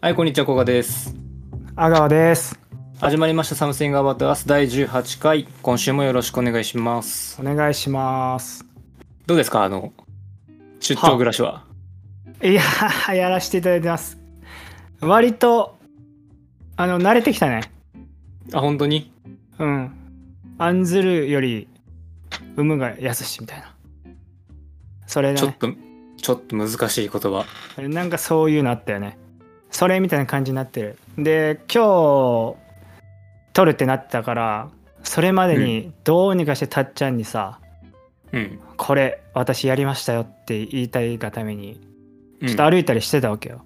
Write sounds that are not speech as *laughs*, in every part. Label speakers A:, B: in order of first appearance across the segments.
A: はい、こんにちは、こがです。
B: 阿川です。
A: 始まりました、サムシングアバタース第18回。今週もよろしくお願いします。
B: お願いします。
A: どうですか、あの、出張暮らしは。
B: いや *laughs* ー、やらせていただいてます。割と、あの、慣れてきたね。
A: あ、本当に
B: うん。案ずるより、産むが安しみたいな。それだ
A: ちょ
B: ね
A: っ。と、ちょっと難しい言葉。
B: なんかそういうのあったよね。それみたいな感じになってる。で、今日、撮るってなってたから、それまでにどうにかしてたっちゃんにさ、
A: うん。
B: これ私やりましたよって言いたいがために
A: うん
B: ちょっと歩いたりしてたわけよ、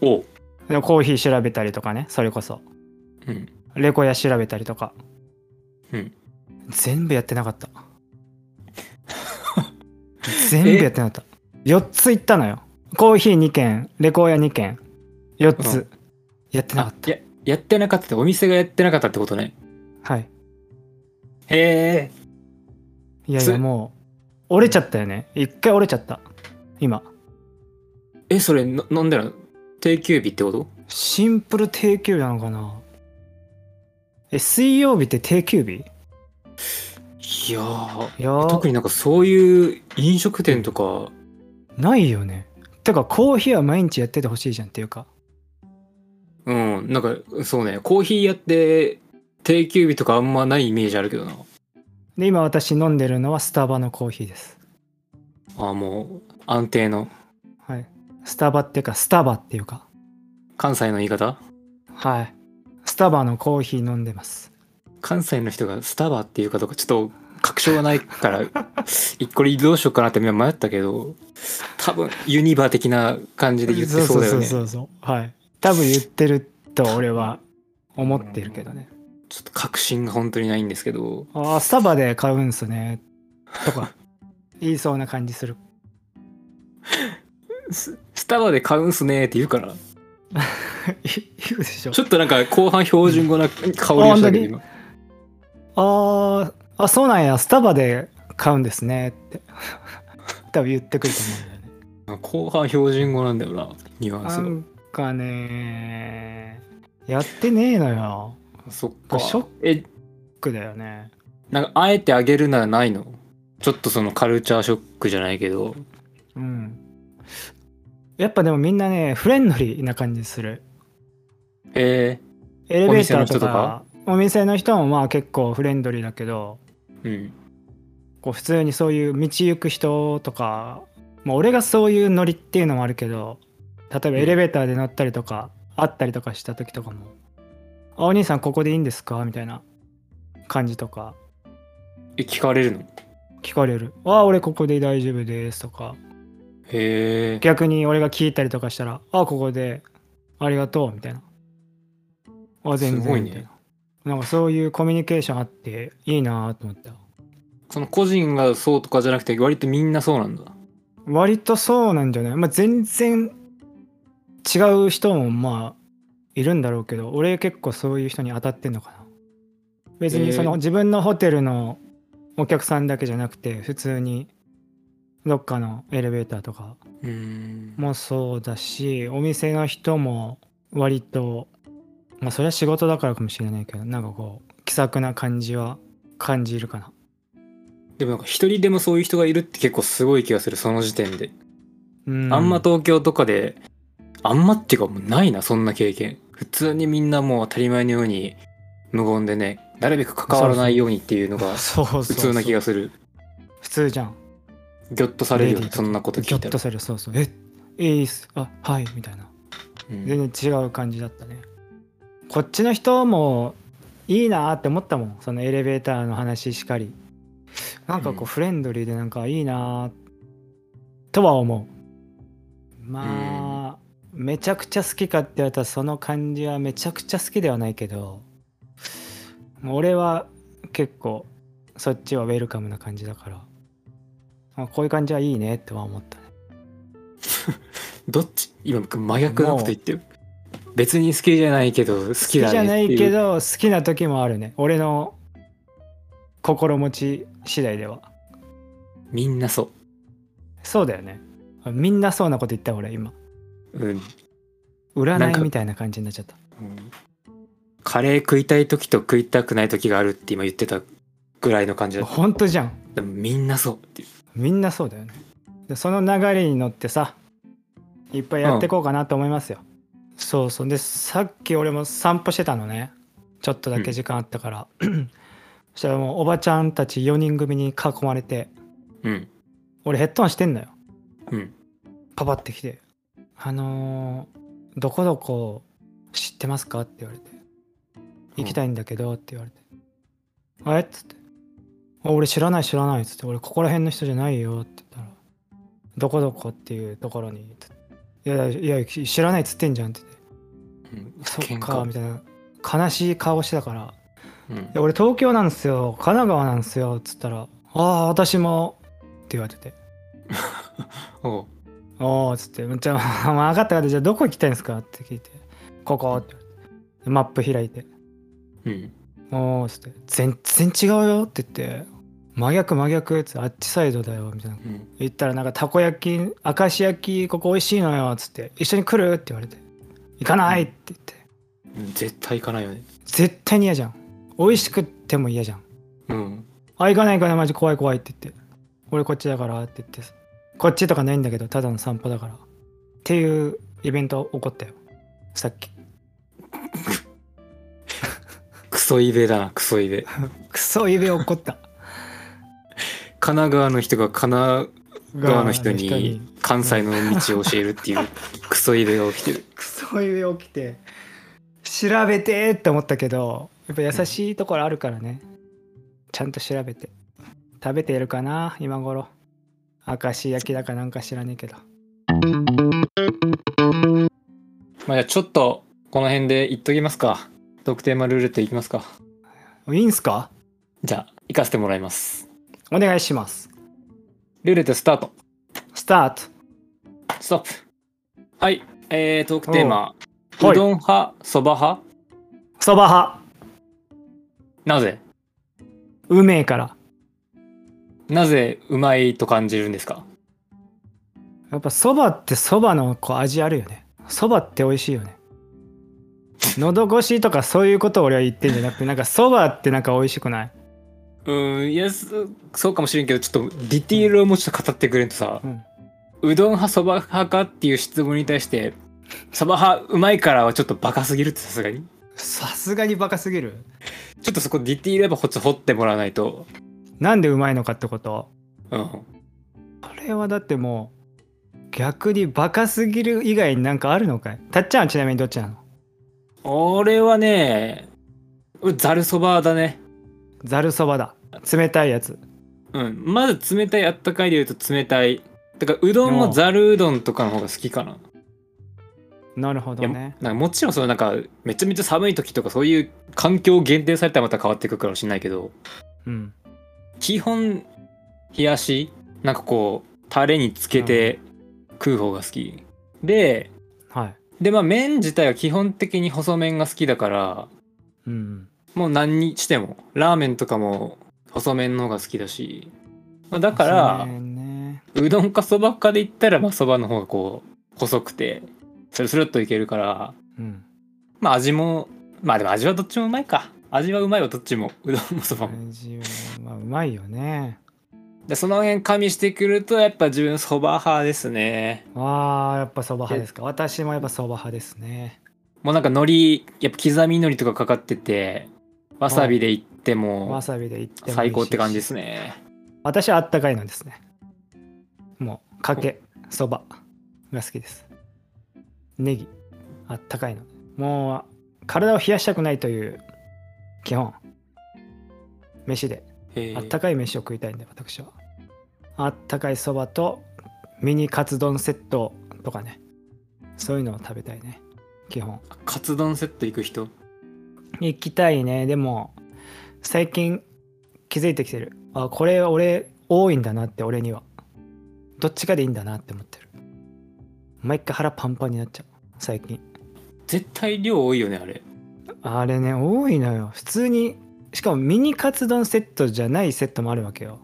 A: おう。
B: でコーヒー調べたりとかねそれこそ
A: うん。
B: レコヤ調べたりとか
A: うん
B: 全部やってなかった全部やって
A: *laughs*
B: なかった4つ行ったのよコーヒー2軒レコヤ2軒4
A: う
B: つやってなか
A: あ
B: っ、
A: や、やってなかったって、お店がやってなかったってことね。
B: たはい
A: へえ。
B: いやい
A: つ
B: やもう折れちゃったよね一回折れちゃった今
A: え、それ、ななんでなの定休日ってこと
B: シンプル定休日なのかなえ水曜日って定休日
A: いやー。
B: いやー
A: 特になんかそういう飲食店とか、
B: ないよねてかコーヒーは毎日やっててほしいじゃんっていうか
A: うん、なんかそうね、コーヒーやって定休日とかあんまないイメージあるけどな。
B: で今私飲んでるのはスタバのコーヒーです
A: ああ、もう安定の
B: はいスタバっていうかスタバっていうか
A: 関西の言い方
B: はいスタバのコーヒー飲んでます
A: 関西の人がスタバっていうかどうかちょっと確証がないから
B: *laughs*
A: いこれどうしようかなって今迷ったけど多分ユニバー的な感じで言ってそうだよねち
B: そ
A: ょ
B: うそうそうはい多分言ってると俺は思ってるけどね
A: っと確信が本当にないんですけど
B: ああスタバで買うんすねとか *laughs* 言いそうな感じする *laughs*
A: ススタバで買うんすねーって言うから
B: 言うでしょ
A: ちょっとなんか後半標準語な香りがしたけど
B: あ
A: 今
B: あーあそうなんやスタバで買うんですねって *laughs* 多分言ってくると思うんだよね
A: 後半標準語なんだよなニュアン
B: な
A: スが
B: んかねやってねえのよ
A: そっか
B: ショック
A: え
B: クだよね
A: なんかあえてあげるならないのちょっとそのカルチャーショックじゃないけど
B: うんやっぱでもみんなねフレンドリーな感じする
A: え
B: エレベーターと
A: お
B: かお店の人もまあ結構フレンドリーだけど
A: ー、うん
B: こう普通にそういう道行く人とか、まあ、俺がそういうノリっていうのもあるけど例えばエレベーターで乗ったりとか、会ったりとかした時とかも「あお兄さんここでいいんですか?」みたいな感じとか
A: え聞かれるの
B: 聞かれる「ああ俺ここで大丈夫です」とか
A: へえ
B: 逆に俺が聞いたりとかしたら「ああここでありがとう」みたいな「あ全然」
A: すごいね
B: みたいななんかそういうコミュニケーションあっていいなと思った
A: その個人がそうとかじゃなくて割とみんなそうなんだ
B: 割とそうなんじゃない、まあ、全然違う人もまあいるんだろうけど俺結構そういう人に当たってんのかな別にその、
A: えー
B: 自分のホテルのお客さんだけじゃなくて普通にどっかのエレベーターとか
A: うーん
B: もそうだしお店の人も割とまあそれは仕事だからかもしれないけどなんかこう気さくな感じは感じるかな
A: でもなんか一人でもそういう人がいるって結構すごい気がするその時点で、
B: う
A: あんま東京とかであんまっていうかもうないなそんな経験普通にみんなもう当たり前のように無言でねなるべく関わらないようにっていうのが
B: そうそうそ
A: 普
B: う
A: 通な気がする
B: 普通じゃん
A: ギョッとされるよ
B: レ
A: ね
B: ディーとか
A: そんなこと
B: ギ
A: 聞
B: ョ
A: い
B: ッ
A: た
B: と
A: ら、
B: されるそうそうえいいっすあはいみたいな
A: うん
B: 全然違う感じだったねこっちの人もいいなーって思ったもんそのエレベーターの話しかりなんかこ
A: う
B: うんフレンドリーでなんかいいなーとは思うまあめちゃくちゃ好きかって言われたらその感じはめちゃくちゃ好きではないけどもう俺は結構そっちはウェルカムな感じだからあこういう感じはいいねとは思ったね
A: どっち今僕真逆なこと言ってる別に好きじゃないけど好
B: 好き
A: き
B: じ
A: だね
B: ゃな
A: って
B: いうけど好きな時もあるね俺の心持ち次第では
A: みんなそ
B: そうだよねみんなそうなこと言った俺今
A: ううんなん
B: 占
A: か
B: いみたいな感じになっちゃった
A: カレー食いたい時と食いたくない時があるって今言ってたぐらいの感じだった
B: 本当じゃん
A: でもみんなそうっていう
B: みんなそうだよねでその流れに乗ってさいっぱいやっていこうかなと思いますよ、そうそうでさっき俺も散歩してたのねちょっとだけ時間あったから、そしたらもうおばちゃんたち4人組に囲まれて
A: うん
B: 俺ヘッドホンしてんのよ
A: うん
B: パパってきて「あのーどこどこ知ってますか?」って言われて「行きたいんだけど」って言われて「えっ?」つって「あ俺知らない知らない」っつって「俺ここら辺の人じゃないよ」って言ったら「どこどこっていうところに」つっていやいやいや知らないっつってんじゃん」って言っ
A: う
B: て
A: ん
B: 「そっ
A: 喧
B: か」
A: 嘩
B: みたいな悲しい顔してたから
A: うん
B: で俺東京なんですよ神奈川なんですよ」っつったら「ああ私も」って言われて
A: おう
B: おおっつって「じゃ *laughs* あまあ分かった分かったじゃあどこ行きたいんですか?」って聞いて「ここ」ってマップ開いて
A: うん
B: 「おお」っつって「全然違うよ」って言って「真逆真逆」っつって「あっちサイドだよ」みたいな
A: うん
B: 言ったらなんか「たこ焼き明石焼きここ美味しいのよ」っつって「一緒に来る?」って言われて「行かない!」って言って
A: うん絶対行かないよね
B: 絶対に嫌じゃん美味しくっても嫌じゃん
A: うん
B: あ行かない行かないマジ怖い怖いって言って俺こっちだからって言ってこっちとかないんだけどただの散歩だからっていうイベント起こったよさっき
A: クソイベだなクソイベ
B: クソイベ起こった
A: 神奈川の人が神奈川の人
B: 川の
A: に関西の道を教えるっていう
B: *laughs*
A: クソイベが起きてる
B: クソイベ起きて調べてって思ったけどやっぱ優しいところあるからねちゃんと調べて食べているかな今頃明石焼きだかなんか知らねえけど
A: まあじゃあちょっとこの辺で言っときますか特定マルーレットいきますか
B: いいんすか
A: じゃあ行かせてもらいます
B: お願いします
A: ルーレットスタート
B: スタート
A: ストップはいえー、トークテーマう
B: おう
A: どん派そば派
B: そば派
A: なぜ
B: うめえから
A: なぜうまいと感じるんですか
B: やっぱそばってそばのこう味あるよねそばって美味しいよね喉越しとかそういうことを俺は言ってんじゃなくてなんかそばってなんか美味しくないう
A: ーんいやそそうかもしれんけどちょっとディティールをもうちょっと語ってくれんとさ、
B: うん
A: うどん派そば派かっていう質問に対してそば派うまいからはちょっとバカすぎるってさすがに
B: さすがにバカすぎる
A: ちょっとそこディティールやっぱほつ掘ってもらわないと
B: なんでうまいのかってこと
A: うん
B: これはだってもう逆にバカすぎる以外になんかあるのかいたっちゃんはちなみにどっちなの
A: 俺はね俺ざるそばだね
B: ざるそばだ冷たいやつ
A: うんまず冷たいあったかいで言うと冷たいだからうどんもざるうどんとかの方が好きかな
B: なるほ
A: い
B: ど
A: や
B: ね
A: なんかもちろんそのなんかめちゃめちゃ寒い時とかそういう環境を限定されたらまた変わってくるかもしれないけど
B: うん
A: 基本冷やしなんかこうタレにつけて食う方が好き、で
B: はい
A: でまあ麺自体は基本的に細麺が好きだから
B: うん
A: もう何にしてもラーメンとかも細麺の方が好きだし、まあ、だか
B: そう
A: ら
B: ね
A: うどんかそばかで言ったらまあそばの方がこう細くてスルスルっといけるから
B: うん
A: まあ味もまあでも味はどっちもうまいか味はうまいわどっちもうどんもそばも
B: 味はまあうまいよね
A: でその辺加味してくるとやっぱ自分そば派ですね
B: あーやっぱそば派ですか私もやっぱそば派ですね
A: もうなんか海苔やっぱ刻み海苔とかかかっててわさびでいって
B: わ
A: も
B: さびでいってもいいし
A: 最高って感じですね
B: 私はあったかいのですねもうかけそばが好きですネギあったかいのもう体を冷やしたくないという基本飯で
A: へえ
B: あったかい飯を食いたいんで私はあったかいそばとミニカツ丼セットとかねそういうのを食べたいね基本
A: カツ丼セット行く人
B: 行きたいねでも最近気づいてきてるあこれ俺多いんだなって俺にはどっちかでいいんだなって思ってる毎回腹パンパンになっちゃう最近
A: 絶対量多いよねあれ
B: あれね多いのよ普通にしかもミニカツ丼セットじゃないセットもあるわけよ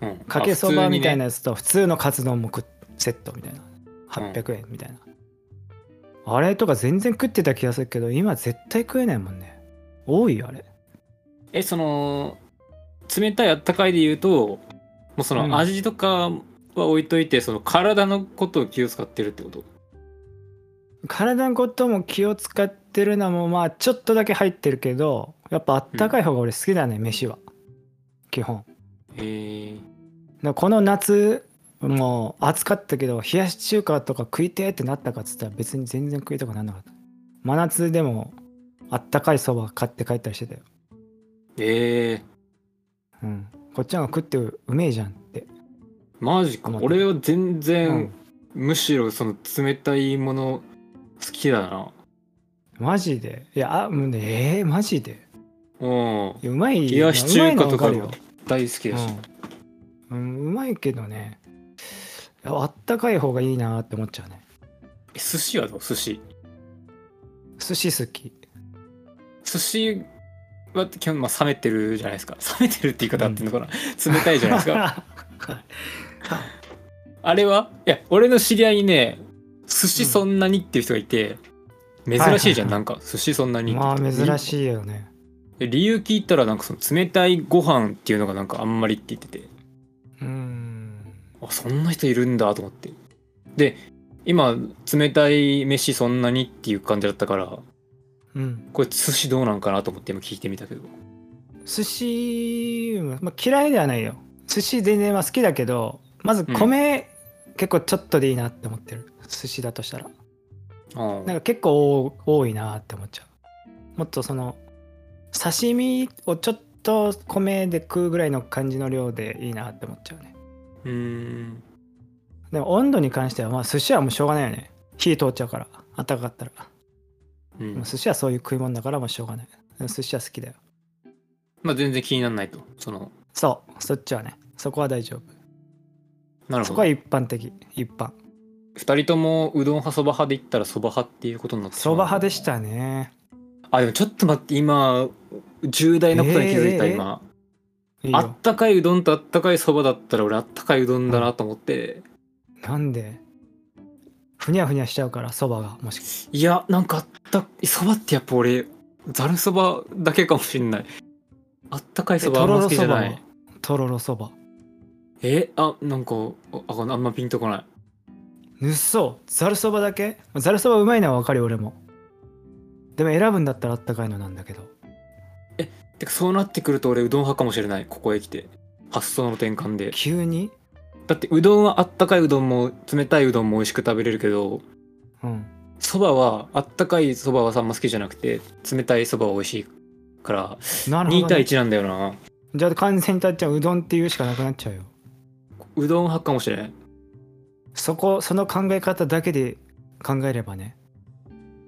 A: うん
B: かけそばみたいな
A: あ
B: やつと普通のカツ丼もくっセットみたいな800円みたいな、あれとか全然食ってた気がするけど今絶対食えないもんね多いよあれ
A: えその冷たいあったかいで言うともうそ
B: うん
A: の味とかは置いといて、その体のことを気を使ってるってこと
B: 体のことも気を使ってるのもまあちょっとだけ入ってるけどやっぱあったかい方が俺好きだね、飯は基本
A: えー、
B: でこの夏もう暑かったけど冷やし中華とか食いてーってなったかっつったら別に全然食いたくなんなかった真夏でもあったかいそば買って帰ったりしてたよ、
A: えー、
B: うん、こっちの方が食ってうめえじゃんって、
A: マジか
B: 困った
A: 俺は全
B: う
A: 然、
B: ん、
A: むしろその冷たいもの好きだな
B: マジでいやあもうねえー、マジで
A: うん
B: いやうまい
A: 冷やし中華とか
B: うまいのはわるよ
A: 大好きだし、
B: うん、うんうまいけどねいやあったかい方がいいなって思っちゃうね
A: え寿司はどう寿司
B: 寿司好き
A: 寿司は基本まあ冷めてるじゃないですか冷めてるって言い方あってんのかな、冷たいじゃない
B: *laughs*
A: ですかあれはいや俺の知り合いにね寿司そんなにっていう人がいて、珍しいじゃん、
B: はいはいはい
A: なんか寿司そんなに
B: まあ珍
A: い
B: しいよね
A: 理由聞いたらなんかその冷たいご飯っていうのがなんかあんまりって言ってて
B: うん
A: あそんな人いるんだと思ってで今冷たい飯そんなにっていう感じだったから
B: うん
A: これ寿司どうなんかなと思って今聞いてみたけど
B: 寿司、まあ、嫌いではないよ寿司全然まあ好きだけどまず米、結構ちょっとでいいなって思ってる寿司だとしたら
A: あ
B: なん
A: あ
B: か結構多多いなって思っちゃうもっとその刺身をちょっと米で食うぐらいの感じの量でいいなって思っちゃうね
A: うーん
B: でも温度に関してはまあ寿司はもうしょうがないよね火通っちゃうから暖かかったら
A: うん
B: もう寿司はそういう食い物だからもうしょうがないでも寿司は好きだよ
A: まあ全然気にならないとその
B: そうそっちはねそこは大丈
A: な
B: 夫
A: る
B: そ
A: ほ
B: こは
A: ど
B: 一般的一般
A: 2人ともうどん派そば派で言ったらそば派っていうことになってし
B: そ
A: ま
B: ば
A: う
B: 派でしたね
A: あでもちょっと待って今重大なことに気づいた、
B: えー
A: 今
B: いい
A: あっ
B: よ
A: たかいうどんとあったかいそばだったら俺あったかいうどんだなと思って、
B: なんでふにゃふにゃしちゃうからそばがもし
A: いやなんかあったそばってやっぱ俺ざるそばだけかもしんないあったかいそばあんま好きじゃない
B: とろろそば
A: えあなんかああんまピンとこない
B: ぬっそうざるそばだけざるそばうまいのはわかるよ俺もでも選ぶんだったらあったかいのなんだけど
A: てかそうなってくると俺うどん派かもしれないここへ来て発想の転換で
B: 急に
A: だってうどんはあったかいうどんも冷たいうどんも美味しく食べれるけど
B: うん
A: そばはあったかいそばはさんま好きじゃなくて冷たいそばは美味しいから
B: なるほ
A: 2
B: どね、
A: 対1なんだよな
B: じゃあ完全にたっちゃんうどんっていうしかなくなっちゃうよ
A: うどん派かもしれない
B: そこその考え方だけで考えればね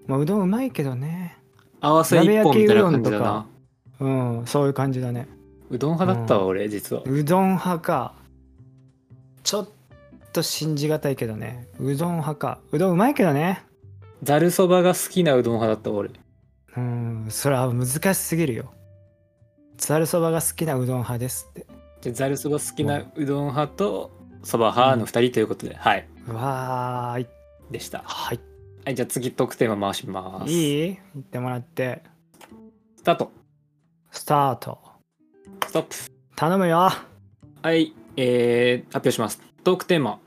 B: まあうどんうまいけどね
A: 合わせ1本みたいな感じだ
B: 鍋焼きうどんとか
A: な
B: うんそういう感じだね
A: うどん派だったわ俺実は
B: うどん派かちょっと信じがたいけどねうどん派かうどんうまいけどね
A: ざるそばが好きなうどん派だったわ俺
B: うんそれは難しすぎるよざるそばが好きなうどん派ですって
A: じゃあざるそば好きなうどん派とそば派の2人ということで、はいう
B: わーい
A: でした
B: はい
A: はいじゃあ次トークテーマ回します
B: いい言ってもらって
A: スタート
B: スタート
A: ストップ
B: 頼むよ
A: はい、えー、発表しますトークテーマ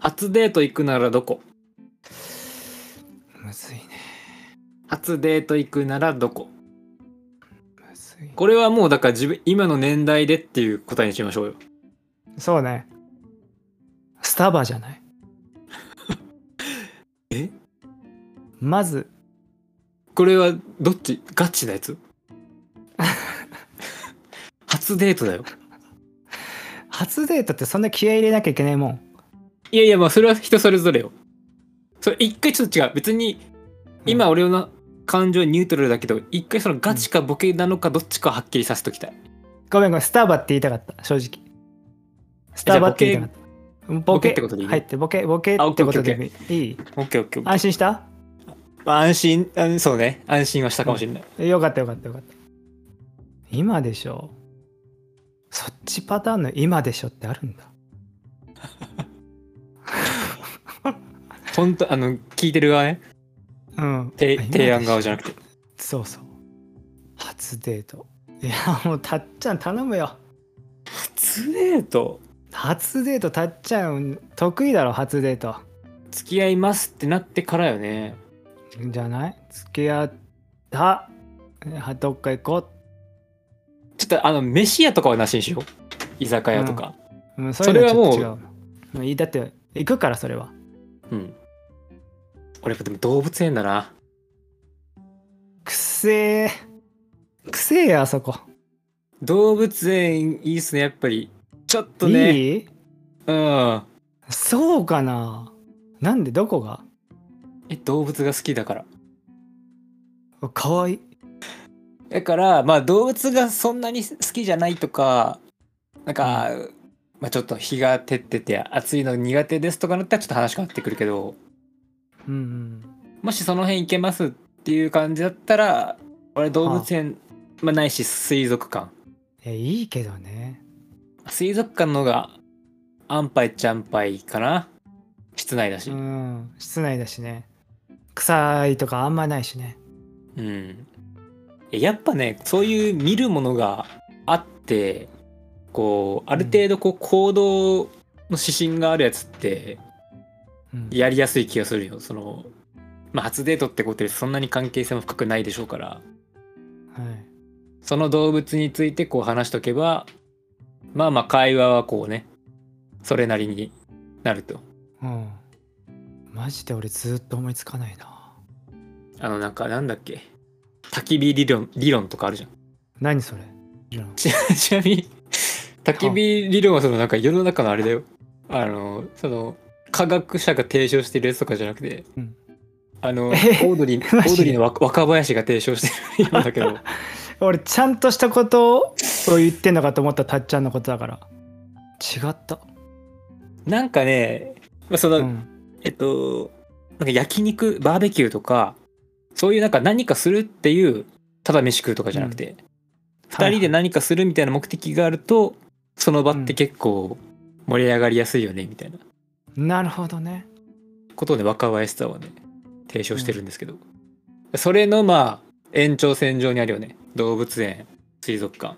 A: 初デート行くならどこ
B: むずいね
A: 初デート行くならどこ
B: むずい
A: これはもうだから自分今の年代でっていう答えにしましょうよ
B: そうねスタバじゃない
A: *laughs* え
B: まず
A: これはどっちガチなや
B: *laughs*
A: つ初デートだよ
B: 初デートってそんな気合い入れなきゃいけないもん
A: いやいやまあそれは人それぞれよそれ一回ちょっと違う別に今俺の感情はニュートラルだけど一回そのガチかボケなのかどっちかはっきりさせときたい
B: ごめんごめんスタバって言いたかった正直スタバって言いたかったボ
A: ボケ
B: ケ
A: ってことでいい
B: 入ってボケボケってこと
A: あオ
B: でいい
A: オッケーオッケーオッケー
B: 安心した
A: まあ安心あそうね安心はしたかもしれない、
B: よかったよかったよかった今でしょそっちパターンの今でしょってあるんだ
A: 本当あの聞いてる側ね
B: うん
A: て
B: あ今
A: 提案側じゃなくて
B: そうそう初デートいやもうたっちゃん頼むよ
A: 初デート
B: 初デートたっちゃん得意だろ初デート
A: 付き合いますってなってからよね
B: じゃない付き合ったはどっか行こ
A: ちょっとあの飯屋とかはなしにしよう居酒屋とか
B: う、うん、そういうのはちょっと
A: そ
B: 違
A: れ
B: うもういいだって行くからそれは
A: うん、俺やっぱでも動物園だな
B: くせえくせえよあそこ
A: 動物園いいっすねやっぱりちょっとね
B: いい
A: うん
B: そうかななんでどこが
A: え動物が好きだから
B: かわいい
A: だからまあ動物がそんなに好きじゃないとかなんか、まあ、ちょっと日が照ってて暑いの苦手ですとかなったらちょっと話変わってくるけど
B: うんうん
A: もしその辺行けますっていう感じだったら俺動物園まあ、ないし水族館
B: いやいいけどね
A: 水族館の方が安牌ちゃんぱいかな室内だし
B: う、ん室内だしね臭いとかあんまないしね
A: うん、えやっぱねそういう見るものがあってこうある程度こう行動の指針があるやつって
B: うん
A: やりやすい気がするよその、まあ、初デートってことでそんなに関係性も深くないでしょうから
B: はい
A: その動物についてこう話しとけばまあまあ会話はこうねそれなりになると
B: うんマジで俺ずっと思いつかないな
A: あのなんかなんだっけ焚き火理論理論とかあるじゃん
B: 何それ
A: ち *laughs* ちなみに焚き火理論はそのなんか世の中のあれだよあのその科学者が提唱してるやつとかじゃなくて、
B: うん
A: あ
B: *laughs*
A: のオ
B: え
A: ードリーオ
B: マジ
A: ードリーの若若林が提唱してる理論だけ
B: *laughs*
A: ど
B: 俺ちゃんとしたことを言ってんのかと思ったたっちゃんのことだから違った、
A: なんかね、まあ、その、
B: うん、
A: えっとなんか焼肉バーベキューとかそういうなんか何かするっていうただ飯食うとかじゃなくて、2人で何かするみたいな目的があるとその場って結構盛り上がりやすいよねみたいな
B: なるほどね
A: ことをね若林さんはね提唱してるんですけど、それのまあ延長線上にあるよね動物園水族館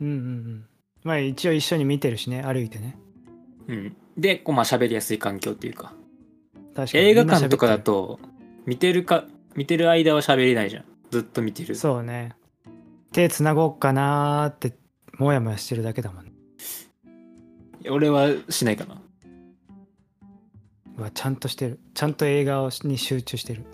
B: うんうんうんまあ一応一緒に見てるしね歩いてね
A: うんでこうまあ喋りやすい環境っていうか
B: 確かに
A: 映画館とかだと見てるか見てる間は喋れないじゃんずっと見てる
B: そうね手つなごうかなーってもやもやしてるだけだもん、ね、
A: 俺はしないかな
B: うわちゃんとしてるちゃんと映画をしに集中してる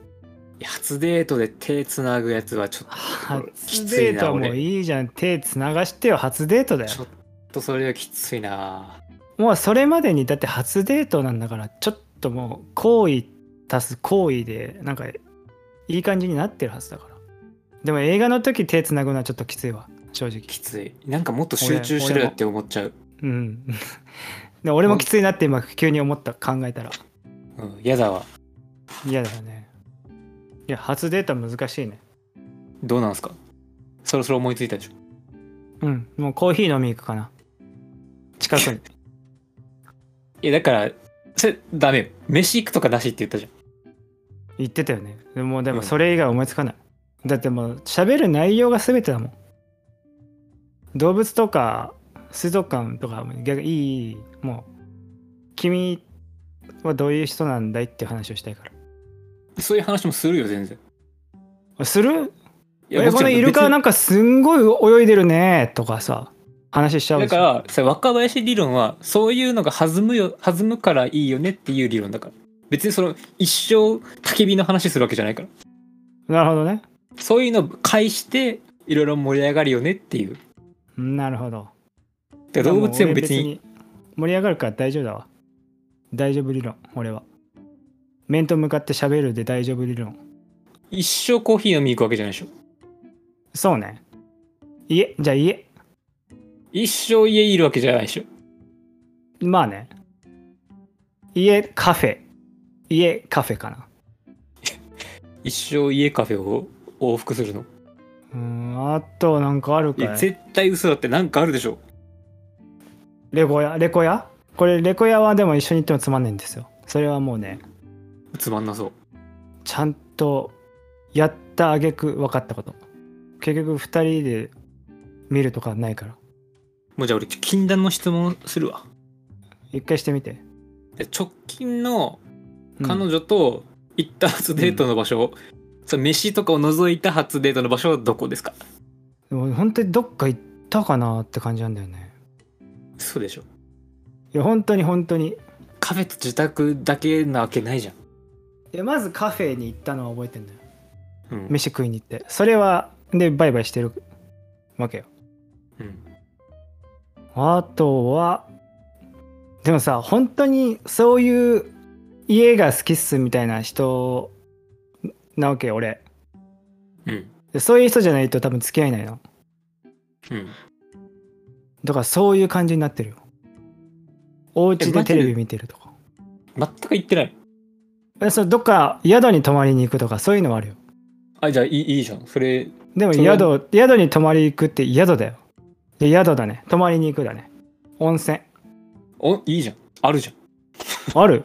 A: いや初デートで手つなぐやつはちょっ
B: 初デートはも
A: *laughs* きついな
B: う
A: 俺
B: いいじゃん手つながしてよ初デートだよ
A: ちょっとそれはきついな
B: もうそれまでにだって初デートなんだからちょっともう好意足す好意でなんかいい感じになってるはずだからでも映画の時手つなぐのはちょっときついわ正直
A: きついなんかもっと集中してるって思っちゃう、
B: うん *laughs* でも俺もきついなって今急に思った考えたら
A: うん、やだわ
B: 嫌だよねいや初デートは難しいね
A: どうなんすかそろそろ思いついたでしょ
B: うんもうコーヒー飲み行くかな近くに
A: いやだからそれダメよ飯行くとかなしって言ったじゃん
B: 行ってたよねでもで
A: う
B: も
A: ん
B: それ以外思いつかない、だってもう喋る内容が全てだもん動物とか水族館とかも逆にいいいいもう君はどういう人なんだいっていう話をしたいか
A: そういう話もするよ全然
B: らする
A: い
B: えこのイルカはなんかすんごい泳いでるねとかさ話しちゃう
A: だ
B: でし
A: か
B: ょ
A: らそれ若林理論はそういうのが弾むよ弾むからいいよねっていう理論だから別にその一生焚き火の話するわけじゃないから
B: なるほどね
A: そういうのを介していろいろ盛り上がるよねっていう
B: なるほど
A: だから動物園も別
B: いや
A: に
B: う俺盛り上がるから大丈夫だわ大丈夫理論俺は面と向かって喋るで大丈夫理論
A: 一生コーヒー飲みに行くわけじゃないでしょ
B: そうね家じゃあ家
A: 一生家いるわけじゃないでしょ
B: まあね家カフェ家カフェかな
A: 一生家カフェを往復するの
B: うーんあとなんかある
A: いや
B: かい
A: 絶対嘘だってなんかあるでしょ
B: レコヤレコヤこれレコヤはでも一緒に行ってもつまんないんですよそれはもうね
A: つまんなそう
B: ちゃんとやった挙句分かったこと結局2人で見るとかないから
A: もうじゃあ俺禁断の質問するわ
B: 一回してみて
A: で直近の
B: うん
A: 彼女と行った初デートの場所、その飯とかを除いた初デートの場所はどこですか
B: でも本当にどっか行ったかなって感じなんだよね
A: そうでしょ
B: いや本当に本当に
A: カフェと自宅だけなわけないじゃん、
B: いやまずカフェに行ったのは覚えてんだよ
A: うん
B: 飯食いに行ってそれはでバイバイしてるわけよ
A: うん
B: あとはでもさ本当にそういう家が好きっすみたいな人なわけよ俺
A: うん
B: でそういう人じゃないと多分付き合えないの
A: うん
B: だからそういう感じになってるよお家
A: え
B: で
A: マジ
B: テ
A: で
B: レビ見てるとか
A: 全く行ってない
B: えそのどっか宿に泊まりに行くとかそういうのはあるよ
A: あじゃあいいいいじゃんそれ
B: でも
A: それは
B: 宿宿に泊まりに行くって宿だよいや宿だね泊まりに行くだね温泉
A: おいいじゃんあるじゃん
B: ある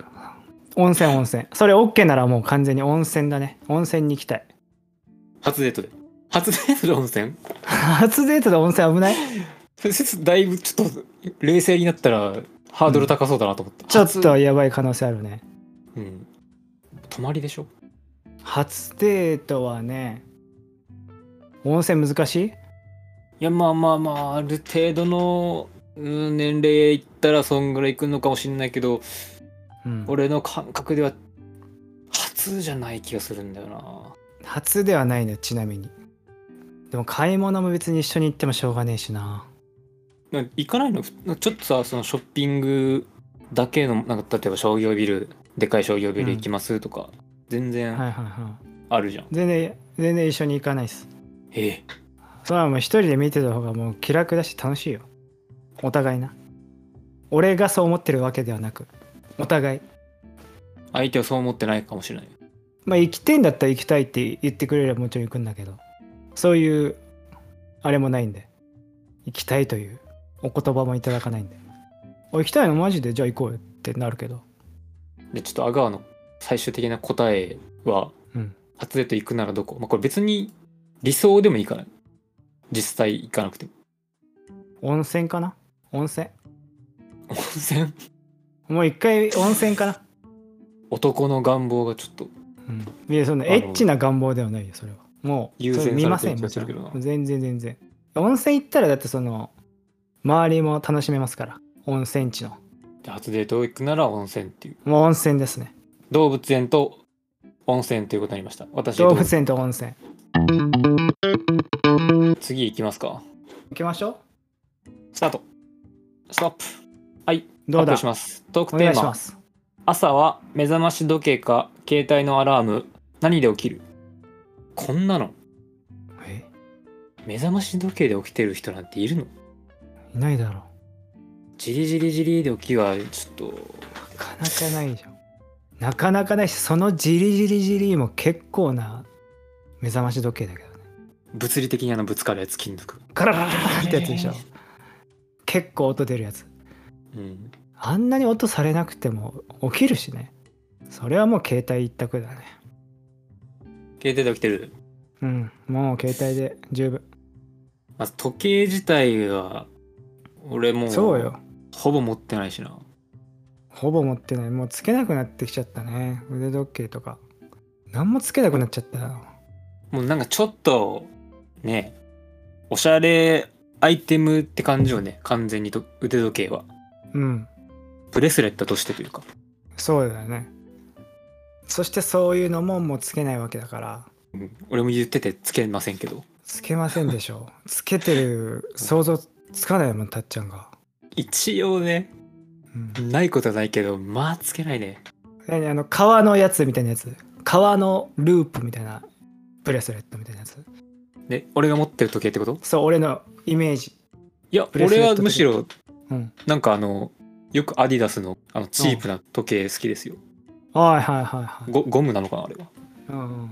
B: 温泉温泉それ OK ならもう完全に温泉だね温泉に行きたい *laughs*
A: 初デートで初デートで温泉 *laughs*
B: 初デートで温泉危ない
A: それ説だいぶちょっと冷静になったらハードル高そうだなと思った、
B: ちょっとやばい可能性あるね
A: 初うん泊まりでしょ
B: 初デートはね温泉難しい
A: いやまあまあまあある程度のうん年齢いったらそんぐらい行くのかもしんないけど
B: うん
A: 俺の感覚では初じゃない気がするんだよな
B: 初ではないねちなみにでも買い物も別に一緒に行ってもしょうがねえしな
A: なんか行かないのふちょっとさそのショッピングだけのなんか例えば商業ビルでかい商業ビル行きますとか、全
B: は
A: 然
B: いはいはい
A: あるじゃん、
B: 全然全然一緒に行かないっす
A: ええ
B: それはもう一人で見てた方がもう気楽だし楽しいよお互いな俺がそう思ってるわけではなくお互い
A: 相手はそう思ってないかもしれない
B: まあ行きてんだったら行きたいって言ってくれればもちろん行くんだけどそういうあれもないんで行きたいというお言葉もいただかないんでお行きたいのマジでじゃあ行こうよってなるけど
A: でちょっと阿川の最終的な答えは、
B: うん
A: 初デート行くならどこ、まあ、これ別に理想でもいいから実際行かなくても
B: 温泉かな温泉
A: 温泉 *laughs*
B: もう一回温泉かな、
A: 男の願望がちょっと
B: いやそんな
A: あの
B: エッチな願望ではないよそれはもう
A: 優先
B: それ見ません
A: されてる気がするけどな
B: もちろん全然全然温泉行ったらだってその周りも楽しめますから温泉地の
A: じゃあ初デート行くなら温泉っていう
B: もう温泉ですね
A: 動物園と温泉ということになりました私
B: 動物園と温泉
A: 次行きますか
B: 行きましょ
A: スタートストップ
B: うど
A: 発
B: うだ
A: 表しますトー
B: お
A: ク
B: 願
A: テ
B: い
A: ー
B: し
A: マ
B: ます
A: 朝は目覚まし時計か携帯のアラーム何で起きるこんなの
B: え
A: 目覚まし時計で起きてる人なんているの
B: いないだろう
A: じりじりじりで起きはちょっと
B: なかなかないじゃんなかなかないしそのジリジリジリも結構な目覚まし時計だけどね
A: 物理的にあのぶつかるやつ金属
B: カラララララってやつでしょ結構音出るやつ
A: うん
B: あんなに音されなくても起きるしね。それはもう携帯一択だね。
A: 携帯で起きてる
B: うん。もう携帯で十分。
A: まず時計自体が俺も
B: そうよ。
A: ほぼ持ってないしな
B: ほぼ持ってない。もうつけなくなってきちゃったね。腕時計とか。何もつけなくなっちゃったよ。
A: もうなんかちょっとねおしゃれアイテムって感じよね完全にと腕時計は
B: うん。
A: ブレスレットとしてというか
B: そうだよね。そしてそういうのももうつけないわけだから。
A: うん俺も言っててつけませんけど
B: つけませんでしょ *laughs* う。つけてる想像つかないもん、たっちゃんが。
A: 一応ね
B: うん。
A: ないことはないけどまあつけないね
B: 何あの、革のやつみたいなやつ。革のループみたいな。ブレスレットみたいなやつ。
A: で俺が持ってる時計ってこと
B: そう俺のイメージ
A: いや
B: ブレスレッ
A: 俺
B: ト
A: はむしろ
B: うん
A: なんかあのよくアディダスのあのチープな時計好きですよ、
B: はいはいはいはい、
A: ゴゴムなのかなあれは
B: うんうん、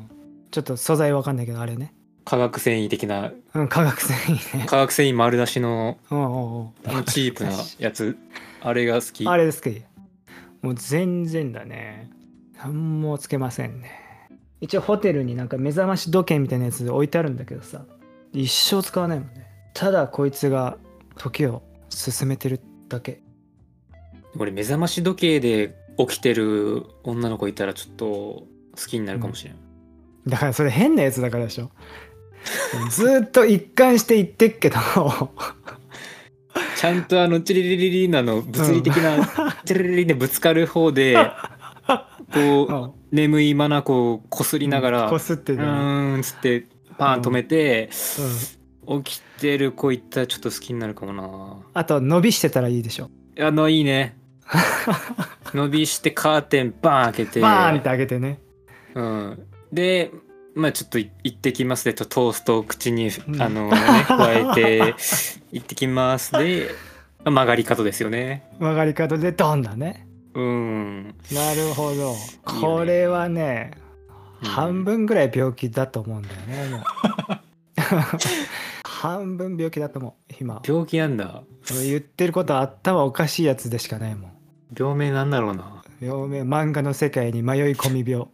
B: ちょっと素材わかんないけどあれね
A: 化学繊維的な
B: うん化学繊維ね
A: 化学繊維丸出しの
B: *laughs* うん *laughs* うん
A: あのチープなやつあれが好
B: う
A: き
B: んあれですけどもう全然だね何もつけませんね一応ホテルになんか目覚まし時計みたいなやつ置いてあるんだけどさ一生使わないもんねただこいつが時を進めてるだけ
A: 俺目覚まし時計で起きてる女の子いたらちょっと好きになるかもしれん、
B: だからそれ変なやつだからでしょずーっと一貫して言ってっけど
A: ちゃんとあのチリリリリのあの物理的なチリリリでぶつかる方でこう
B: うん
A: 眠いマナコをこすりながら「う
B: こすってたね
A: ーん」っつってパーン止めて
B: うん
A: 起きてる子いったらちょっと好きになるかもな
B: あと伸びしてたらいいでしょ
A: あのいい
B: *laughs*
A: ね伸びしてカーテンバーン開けて
B: バーンって上げてね
A: うん、でまあちょっとい行ってきますでとトーストを口に、
B: ん
A: あのね
B: *laughs*
A: 加えて行ってきますでまあ曲がり角ですよね
B: 曲がり角でドンだね
A: うん
B: なるほど
A: いいよね
B: これはね半分ぐらい病気だと思うんだよね
A: *laughs*
B: もう半分病気だと思う今
A: 病気なんだ
B: 言ってることは頭おかしいやつでしかないもん
A: 病名なんだろうな
B: 病名漫画の世界に迷い込み病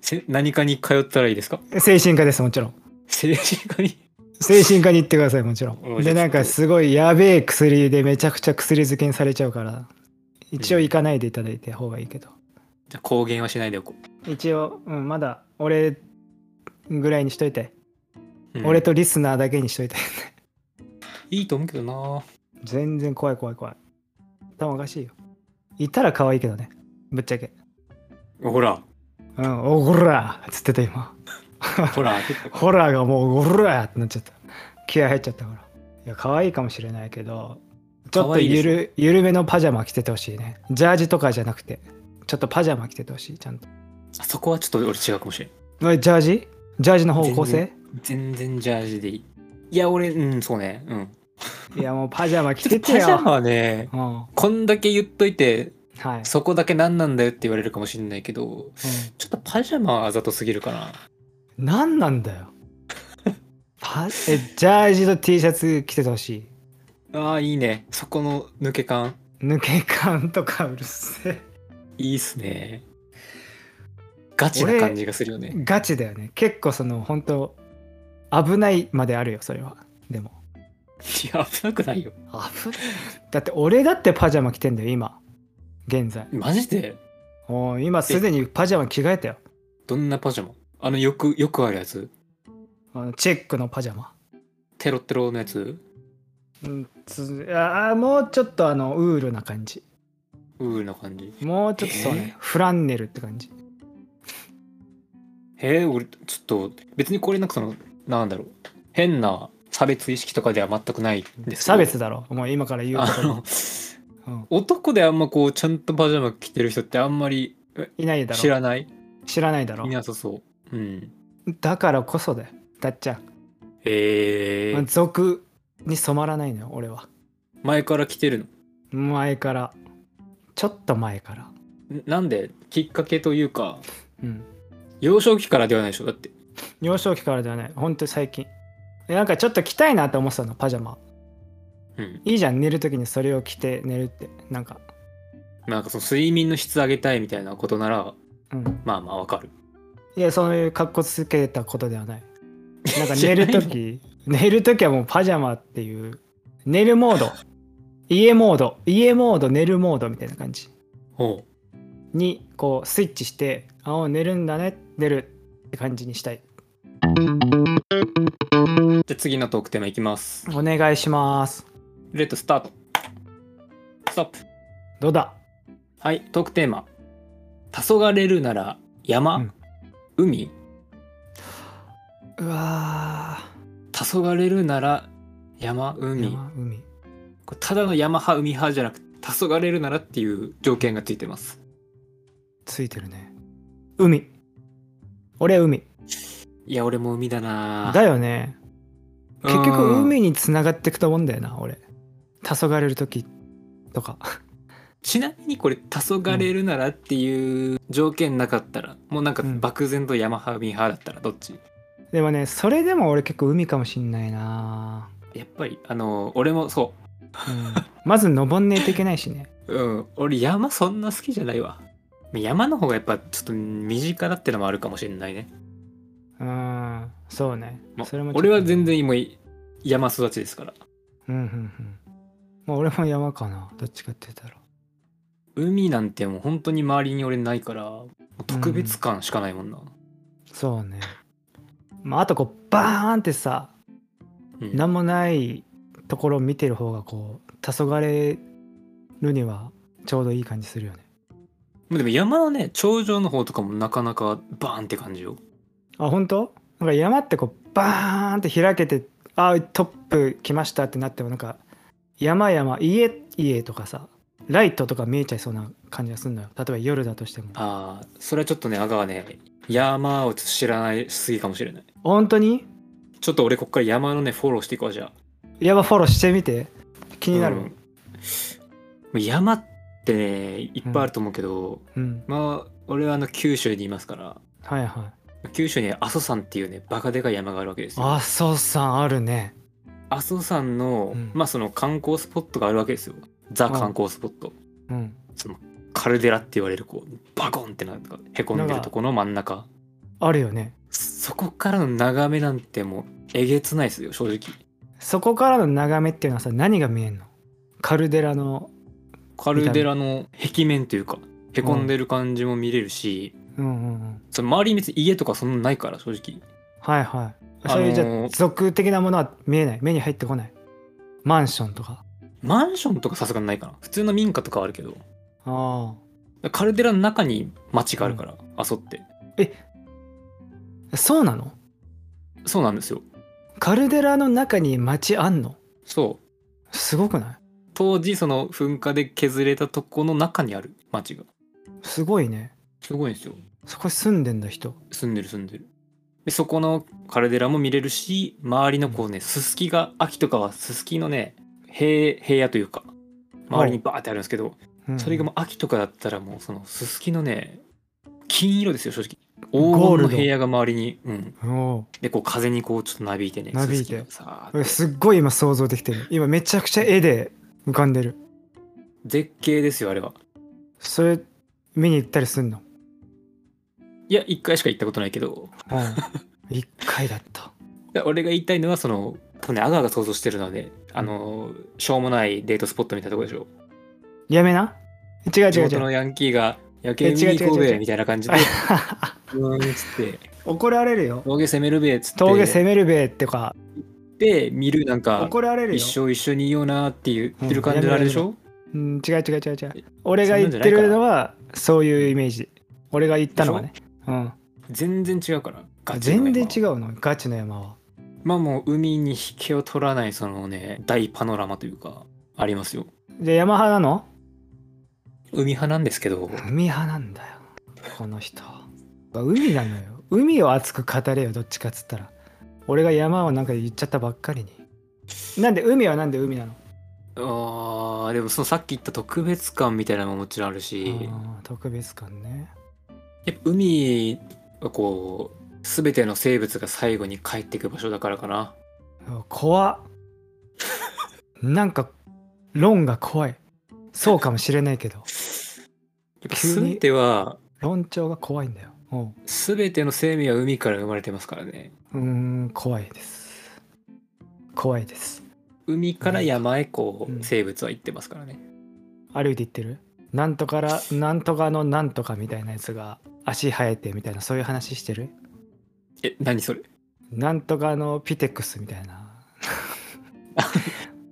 A: せ何かに通ったらいいですか
B: 精神科ですもちろん
A: 精神科に
B: 精神科に行ってくださいもちろ
A: お
B: ん
A: う
B: で
A: じゃあ
B: なんか
A: ちょっと
B: すごいやべえ薬でめちゃくちゃ薬漬けにされちゃうから一応行かないでいただいた方がいいけど
A: じゃあ公言はしないでおこ
B: 一応、うん、まだ俺ぐらいにしといて、
A: う、うん
B: 俺とリスナーだけにしといて
A: いいと思うけどな
B: 全然怖い怖い怖い頭おかしいよいたら可愛いけどねぶっちゃけ
A: ほら
B: うんおごらーっつってた今
A: ほら
B: ホラーがもうおごらーってなっちゃった気合入っちゃったからいや可愛いかもしれないけどちょっ
A: 可
B: と
A: 愛いで
B: ゆ
A: すね
B: る緩めのパジャマ着ててほしいねジャージとかじゃなくてちょっとパジャマ着ててほしいちゃんと
A: あそこはちょっと俺違うかもしれん
B: おいジャージジャージの方向性
A: 全然ジャージでいいいや俺うんそうねうん
B: いやもうパジャマ着
A: ちょ
B: て
A: っと
B: て
A: *laughs* パジャ
B: よ
A: マはね
B: うんは
A: こんだけ言っといて *laughs*
B: い、
A: そこだけ何なんだよって言われるかもしれないけど
B: うん
A: ちょっとパジャマはあざとすぎるかな
B: 何なんだよパえジャージと T シャツ着ててほしい
A: あーいいねそこの抜け感
B: 抜け感とかうるせえ
A: いいっすねガチな感じがするよね
B: ガチだよね結構その本当危ないまであるよそれはでも
A: いや危なくないよ
B: 危ないだって俺だってパジャマ着てんだよ今現在
A: マジで
B: おー今すでにパジャマ着替えたよ
A: どんなパジャマあのよくよくあるやつ
B: あのチェックのパジャマ
A: テロテロのやつ
B: うんつあーもうちょっとあのウールな感じ
A: うーな感じ
B: もうちょっとそうね、フランネルって感じ
A: へえ俺ちょっと別にこれなんかそのなんだろう変な差別意識とかでは全くないんですけど
B: 差別だろもう今から言うこ
A: あ
B: と
A: の
B: も、うん
A: 男であんまこうちゃんとパジャマ着てる人ってあんまりえ
B: いないだろ
A: 知らない
B: 知らないだろ
A: いなさそううん
B: だからこそだよだっちゃん、
A: えー、
B: 俗に染まらないのよ俺は
A: 前から着てる
B: 前からちょっと前から
A: のんなんできっかけというか
B: うん
A: 幼少期からではないでしょだって
B: 幼少期からではないほんと最近でなんかちょっと着たいなと思ってたのパジャマ
A: うん
B: いいじゃん寝る時にそれを着て寝るってなんか
A: なんかその睡眠の質上げたいみたいなことなら
B: うん
A: まあまあわかる
B: いやそういう格好つけたことではないなんか *laughs* 寝る時寝る時はもうパジャマっていう寝るモード家モード家モード寝るモードみたいな感じ
A: ほ
B: にこうスイッチして「あお寝るんだね寝る」って感じにしたいう
A: じゃあ次のトークテーマいきます
B: お願いします
A: レッドスタートストップ
B: どうだ
A: はいトークテーマ「黄昏るなら山、
B: うん
A: 海
B: うわ
A: 黄昏るなら山
B: ー
A: 海
B: 山海
A: これただの山派海派じゃなくて黄昏るならっていう条件がついてます
B: ついてるね海俺は海
A: いや俺も海だな
B: だよね結局
A: うん
B: 海につながっていくと思うんだよな俺黄昏る時とか *laughs*
A: ちなみにこれ「黄昏るなら」っていう条件なかったら、もうなんか
B: うん
A: 漠然と山派ミ派だったらどっち
B: でもねそれでも俺結構海かもしんないな、
A: やっぱりあの俺もそ
B: うんまず登んねえといけないしね
A: ううん俺山そんな好きじゃないわ山の方がやっぱちょっと身近だってのもあるかもしれないね。
B: うんそうね
A: まあ
B: それもちょっと
A: 俺は全然もう山育ちですから。
B: うんうんうんまあ俺も山かなどっちかって言ったら
A: 海なんてもう本当に周りに俺ないから、もう特別感しかないもんな。
B: そうねまああとこうバーンってさ
A: うん
B: 何もないところを見てる方がこう黄昏るにはちょうどいい感じするよね
A: でも山のね、頂上の方とかもなかなかバーンって感じよ。
B: あ本当なんか山ってこうバーンって開けてあトップ来ましたってなってもなんか山々家家とかさライトとか見えちゃいそうな感じがするのよ例えば夜だとしても
A: ああ、それはちょっとね、阿川ね、山をちょっと知らないすぎかもしれない。
B: 本当に
A: ちょっと俺こっから山のね、フォローしていこうじゃあ。
B: 山フォローしてみて気になる
A: うん山ってね、いっぱいあると思うけど、
B: うん、
A: まあ、俺はあの九州にいますから、
B: はいはい
A: 九州には阿蘇山っていうね、バカでかい山があるわけですよ。
B: あそうさんあるね
A: 阿蘇山の、
B: うん
A: まあその観光スポットがあるわけですよザ観光スポット、
B: うん
A: そのカルデラって言われるこうバコンってなんかへこんでるとこの真ん中
B: あるよね
A: そこからの眺めなんてもうえげつないですよ正直
B: そこからの眺めっていうのはさ何が見えんのカルデラの
A: カルデラの壁面というかへこんでる感じも見れるし、
B: うんうんうん
A: その周りに別に家とかそんなないから正直
B: はいはい
A: あのー
B: そういうじゃあ俗的なものは見えない目に入ってこないマンションとか
A: マンションとかさすがにないかな普通の民家とかはあるけど
B: あ
A: カルデラの中に町があるから、あそって
B: あそうなの
A: そうなんですよ
B: カルデラの中に街あんの
A: そう
B: すごくない
A: 当時その噴火で削れたとこの中にある町が
B: すごいね
A: すごいんですよ
B: そこ住んでんだ人
A: 住んでる住んでるでそこのカルデラも見れるし周りのこうねススキが秋とかはススキのね平平野というか周りにバーってあるんですけど、
B: うん
A: それがもう秋とかだったらもうそのススキのね金色ですよ正直
B: ゴー
A: 黄金
B: ルド
A: の平野が周りに、うん、
B: お
A: でこう風にこうちょっとなびいてね
B: なび
A: ス
B: いて
A: スキがさ
B: うすっごい今想像できてる今めちゃくちゃ絵で浮かんでる
A: 絶景ですよあれは
B: それ見に行ったりすんの
A: いや一回しか行ったことないけど
B: うん *laughs* 一回だった
A: で俺が言いたいのはその多分ねアガーが想像してるのはねあのしょうもないデートスポットみたいなとこでしょ
B: やめな違う
A: 地
B: 違う違
A: 元
B: う
A: のヤンキーが「夜景
B: え
A: 見に行こう
B: 違う違う違う違
A: べ」
B: う
A: みたいな感じで「うーん」っつって
B: *laughs* 怒られるよ
A: 「峠攻めるべ」っつって
B: 峠攻めるべってか
A: で見るなんか
B: 怒られるよ
A: 一生一緒にいようなっていう言ってる感じのあれでしょ、
B: うん、違う違う違う違う俺が言ってるのはそういうイメージ俺が言ったのはねうん
A: 全然違うからガチの
B: 全
A: ね
B: 然違うのガチの山は
A: まあもう海に引けを取らないそのね大パノラマというかありますよ
B: じゃあ山派なの
A: 海派なんですけど
B: 海派なんだよこの人海なのよ海を熱く語れよどっちかっつったら俺が山をなんか言っちゃったばっかりになんで海はなんで海なの、
A: あーでもそのさっき言った特別感みたいなのももちろんあるし
B: あー特別感ね
A: やっぱ海はこう全ての生物が最後に帰っていく場所だからかな
B: うわ怖っなんか論が怖いそうかもしれないけど
A: やっぱ
B: 急に
A: 全ては
B: 論調が怖いんだようん
A: 全ての生命は海から生まれてますからね
B: うーん怖いです怖いです
A: 海から山へこ
B: うん
A: う生物は行ってますからね
B: 歩いていってるなんとからなんとかのなんとかみたいなやつが足生えてみたいなそういう話してる
A: え何それ
B: なんとかのピテックスみたいない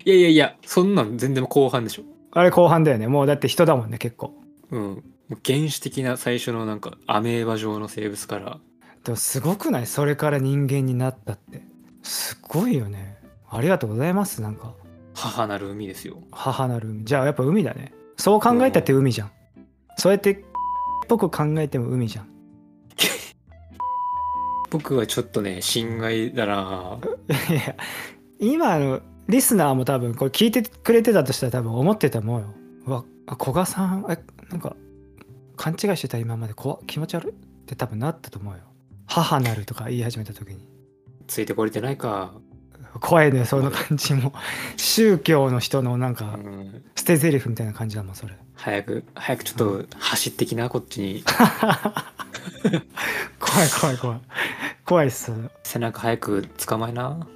A: やいやいやそんなん全然後半でしょ
B: あれ後半だよねもうだって人だもんね結構
A: うんもう原始的な最初のなんかアメーバ状の生物から
B: でもすごくないそれから人間になったってすごいよねありがとうございますなんか
A: 母なる海ですよ
B: 母なる海じゃあやっぱ海だねそう考えたって海じゃんそうやって *laughs* っぽく考えても海じゃん
A: 僕はちょっとね心外だない
B: や今のリスナーも多分これ聞いてくれてたとしたら多分思ってたと思うようわあ古賀さんえなんか勘違いしてた今まで怖っ気持ち悪いって多分なったと思うよ母なるとか言い始めた時に
A: ついてこれてないか
B: 怖いねその感じも宗教の人のなんか
A: うん
B: 捨て台詞みたいな感じだもんそれ
A: 早く早くちょっと走ってきなこっちに
B: 怖い怖い怖い怖いっす
A: 背中早く捕まえな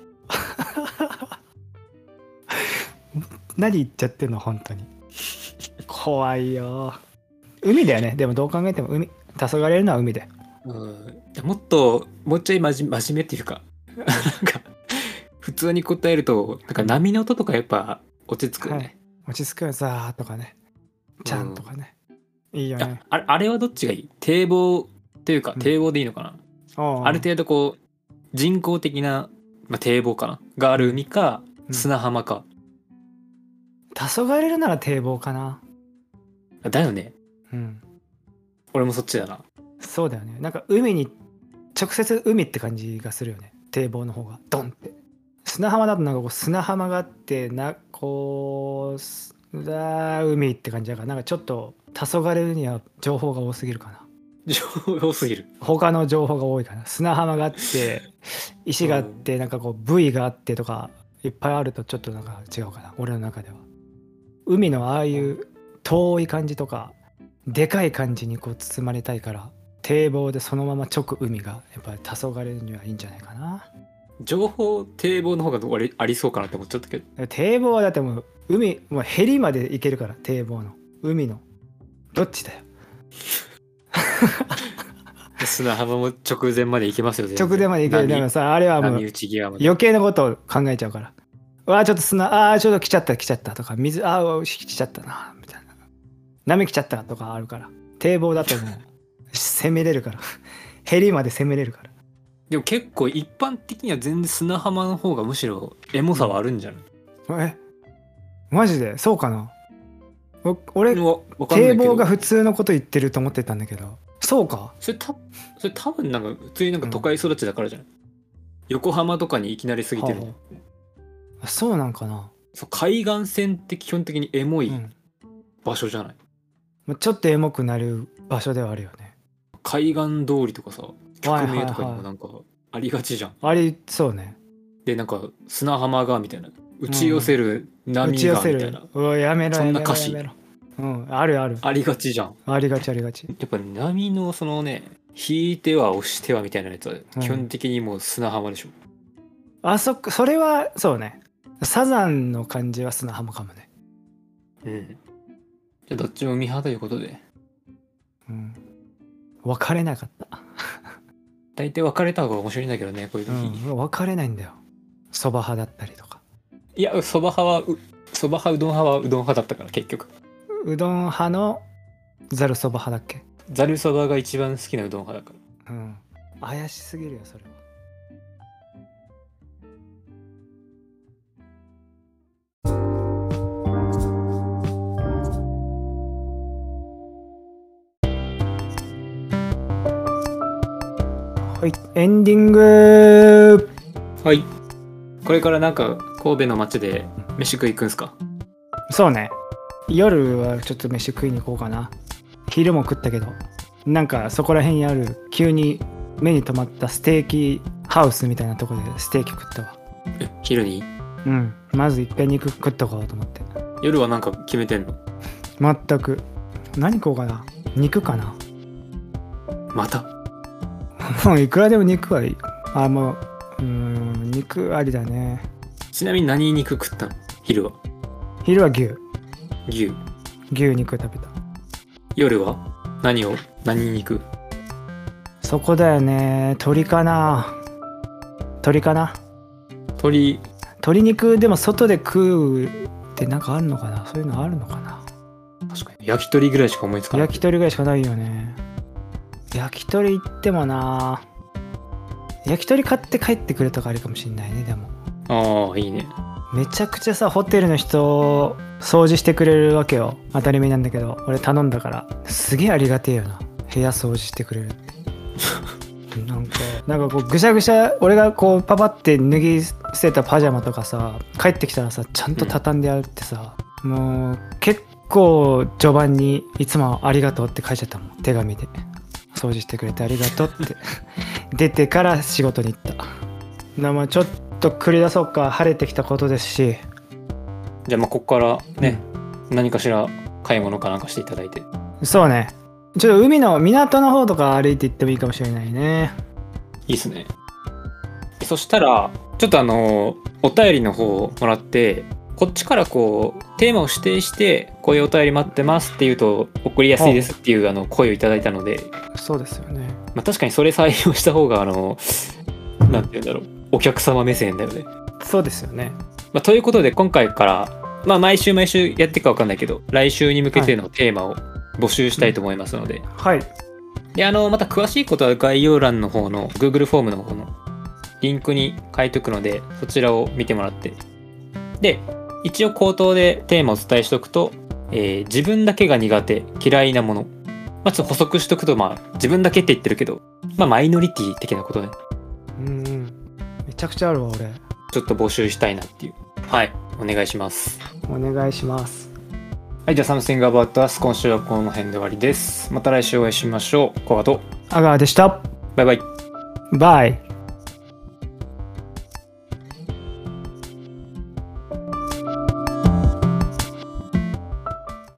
B: 何言っちゃってんの本当に怖いよ海だよねでもどう考えても海黄昏れるのは海で
A: うんもっともうちょい真面真面目っていうか *laughs* なんか普通に答えるとなんか波の音とかやっぱ落ち着くよね、
B: 落ち着くよザーとかねちゃんとかね、いいよ
A: あ
B: ね
A: あれあれはどっちがいい堤防というか
B: うん
A: 堤防でいいのかな、
B: おうおう
A: ある程度こう人工的な、まあ、堤防かながある海か
B: うん
A: 砂浜か、
B: 黄昏れるなら堤防かな
A: あだよね
B: うん
A: 俺もそっちだな
B: そうだよねなんか海に直接海って感じがするよね堤防の方がドンって砂浜だとなんかこう砂浜があってなこうすうわー海って感じだからなんかちょっと黄昏には情報が多すぎるかな
A: 上手すぎる
B: 他の情報が多いかな砂浜があって石があってなんかこう部位があってとかいっぱいあるとちょっとなんか違うかな俺の中では海のああいう遠い感じとかでかい感じにこう包まれたいから堤防でそのまま直海がやっぱり黄昏にはいいんじゃないかな
A: 情報堤防の方がありありそうかなって思っちゃ
B: *laughs*
A: ったけど
B: 堤防はだってもう海もうヘリまで行けるから堤防の海のどっちだよ
A: 砂浜も直前まで行けますよ
B: 直前まで行けるでも
A: 波
B: さあれはもう
A: 波打ち際まで
B: 余計なことを考えちゃうから。うわあ、ちょっと砂、ああ、ちょっと来ちゃった、来ちゃったとか、水、ああ、来ちゃったな、みたいな。波来ちゃったとかあるから。堤防だともう、 *laughs* 攻めれるから。ヘリまで攻めれるから。
A: でも結構一般的には全然砂浜の方がむしろエモさはあるんじゃない、
B: えマジでそうかなお俺、
A: うわわかんない
B: 堤
A: けど
B: 防が普通のこと言ってると思ってたんだけど。そうか
A: それたそれ多分なんか普通になんか都会育ちだからじゃない、横浜とかにいきなり過ぎてる、
B: はあそうなんかな、
A: そう海岸線って基本的にエモ
B: う
A: い
B: ん
A: 場所じゃない、
B: まあちょっとエモくなる場所ではあるよね。
A: 海岸通りとかさ
B: はい
A: 曲
B: はい
A: 名
B: はい
A: とかにもなんかありがちじゃん、
B: ありそうね。
A: でなんか砂浜がみたいな打ち寄せる
B: 打
A: 波
B: ち寄
A: が
B: せ
A: みたい
B: る
A: な、。
B: うわ、やめろ、
A: そ
B: や
A: ん
B: め
A: な
B: ろ、
A: 歌詞
B: やめろ。うん、あるある。
A: ありがちじゃん
B: ありがちありがち。
A: やっぱ波のそのね引いては押してはみたいなやつは基本的にもう砂浜でしょ、
B: あそこそれはそうねサザンの感じは砂浜かもね、
A: うん。じゃあどっちも見派ということで、
B: うん、分かれなかった、
A: 大体別れた方が面白いんだけどね、こういう
B: う
A: 時に。
B: ん、分かれないんだよそば派だったりとか
A: いや、そば派はう、そば派、うどん派はうどん派だったから、結局。
B: うどん派のざるそば派だっけ、
A: ざるそばが一番好きなうどん派だか
B: うん、怪しすぎるよそれははいエンディング
A: ら。はい。これからなんか、神戸の街で飯食い行くんすか
B: そうね夜はちょっと飯食いに行こうかな昼も食ったけどなんかそこら辺にある急に目に留まったステーキハウスみたいなとこでステーキ食ったわ
A: え昼に
B: うんまずいっぺん肉食っとこうと思って
A: 夜はなんか決めてんの
B: 全く何食おうかな肉かな *laughs*
A: また
B: もういくらでも肉はいいあもううーん肉ありだね
A: ちなみに何肉食ったの昼は。
B: 昼は牛
A: 牛。
B: 牛肉食べた
A: 夜は何を何肉
B: そこだよね鶏かな鶏かな
A: 鳥
B: 鶏肉でも外で食うってなんかあるのかなそういうのあるのかな
A: 確かに。焼き鳥ぐらいしか思いつかない。
B: 焼き鳥ぐらいしかないよね焼き鳥行ってもな焼き鳥買って帰ってくるとかあるかもしんないねでも
A: ああ、いいね。
B: めちゃくちゃさホテルの人掃除してくれるわけよ当たり前なんだけど俺頼んだからすげえありがてえよな部屋掃除してくれるってなんかなんかこうぐしゃぐしゃ俺がこうパパって脱ぎ捨てたパジャマとかさ帰ってきたらさちゃんと畳んであるってさ、もう結構序盤にいつも「ありがとう」って書いちゃったもん手紙で掃除してくれてありがとうって出てから仕事に行ったなまあちょっと繰り出そうか晴れてきたことですし
A: じゃあまあここからね、何かしら買い物かなんかしていただいて
B: そうねちょっと海の港の方とか歩いて行ってもいいかもしれないね
A: いいっすねそしたらちょっとあのお便りの方をもらってこっちからこうテーマを指定してこういうお便り待ってますっていうと送りやすいですっていうあの声をいただいたので、
B: そうですよね
A: まあ、確かにそれ採用した方があのなんて言うんだろうお客様目線だよね、
B: そうですよね
A: まあ、ということで今回から、まあ、毎週毎週やっていくか分かんないけど来週に向けてのテーマを募集したいと思いますので、
B: はい
A: であのまた詳しいことは概要欄の方の Google フォームの方のリンクに書いておくのでそちらを見てもらってで一応口頭でテーマをお伝えしておくと、えー自分だけが苦手嫌いなもの、まあ、ちょっと補足しておくと、まあ、自分だけって言ってるけど、まあ、マイノリティ的なことね
B: うんうんめちゃくちゃあるわ俺
A: ちょっと募集したいなっていうはいお願いします
B: お願いします
A: はいじゃあ「Something About Us」今週はこの辺で終わりですまた来週お会いしましょうコガと
B: 阿川でした
A: バイバイ
B: バイ